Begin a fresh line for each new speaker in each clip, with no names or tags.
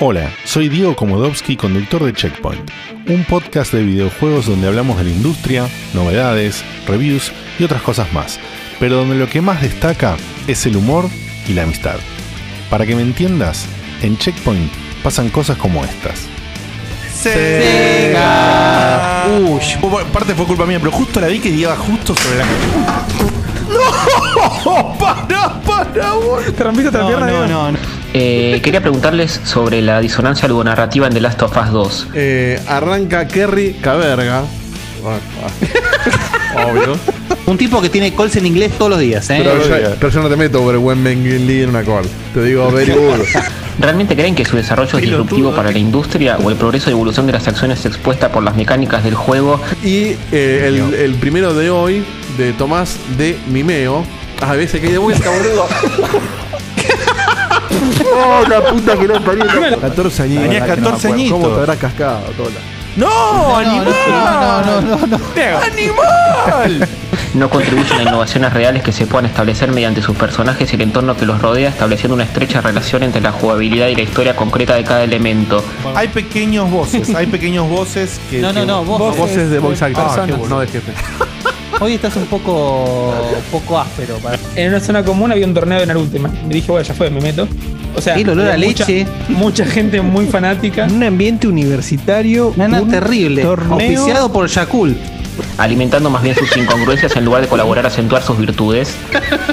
Hola, soy Diego Komodowski, conductor de Checkpoint, un podcast de videojuegos donde hablamos de la industria, novedades, reviews y otras cosas más, pero donde lo que más destaca es el humor y la amistad. Para que me entiendas, en Checkpoint pasan cosas como estas. Uy, parte fue culpa mía, pero justo la vi que llegaba justo sobre la... ¡No! ¡Para, para!
Te rompiste otra pierna, Diego.
Eh, quería preguntarles sobre la disonancia algonarrativa en The Last of Us 2.
Eh, arranca Kerry Caberga. Ah, ah. Obvio.
Un tipo que tiene calls en inglés todos los días, ¿eh?
Pero, ya- pero yo no te meto por el buen Lee en una call. Te digo, very good.
¿Realmente creen que su desarrollo es disruptivo para la industria o el progreso y evolución de las acciones expuesta por las mecánicas del juego?
Y eh, el, el primero de hoy, de Tomás de Mimeo. Ah, A veces que hay de vuelta, boludo. ¡Oh, la puta que lo parió! 14 añitos.
Tenías 14 añitos.
¿Cómo te habrás cascado, Tola?
¡No! ¡Animal!
no, no, no, no.
Diego.
¿No contribuyen a innovaciones reales que se puedan establecer mediante sus personajes y el entorno que los rodea, estableciendo una estrecha relación entre la jugabilidad y la historia concreta de cada elemento?
Hay pequeños voces, hay pequeños voces que...
No, no,
que-
no, Ah, vos.
Voces de voice actor.
personas.
no de jefe.
Hoy estás un poco, poco áspero. Para...
En una zona común había un torneo de Naruto. y Me dije, bueno, ya fue, me meto. O sea,
Y el olor
había
a
mucha-
leche.
Mucha gente muy fanática.
En un ambiente universitario.
Nana
un
terrible.
Torneo.
Auspiciado por Yakul.
Alimentando más bien sus incongruencias en lugar de colaborar a acentuar sus virtudes.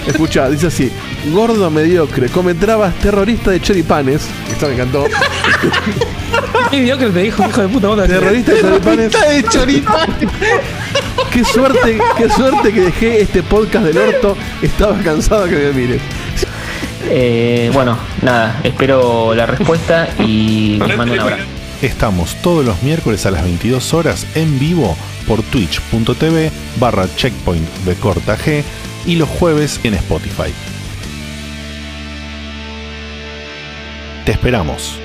Escucha, dice así: Gordo mediocre, come trabas terrorista de choripanes. Esto me encantó.
Qué mediocre te dijo, hijo de puta, vos te-
Terrorista de choripanes.
de choripán.
Qué suerte, qué suerte que dejé este podcast del orto. Estaba cansado que me mires.
Eh, bueno, nada, espero la respuesta y les mando un abrazo.
Estamos todos los miércoles a las 22 horas en vivo por twitch.tv barra checkpoint de corta G y los jueves en Spotify. Te esperamos.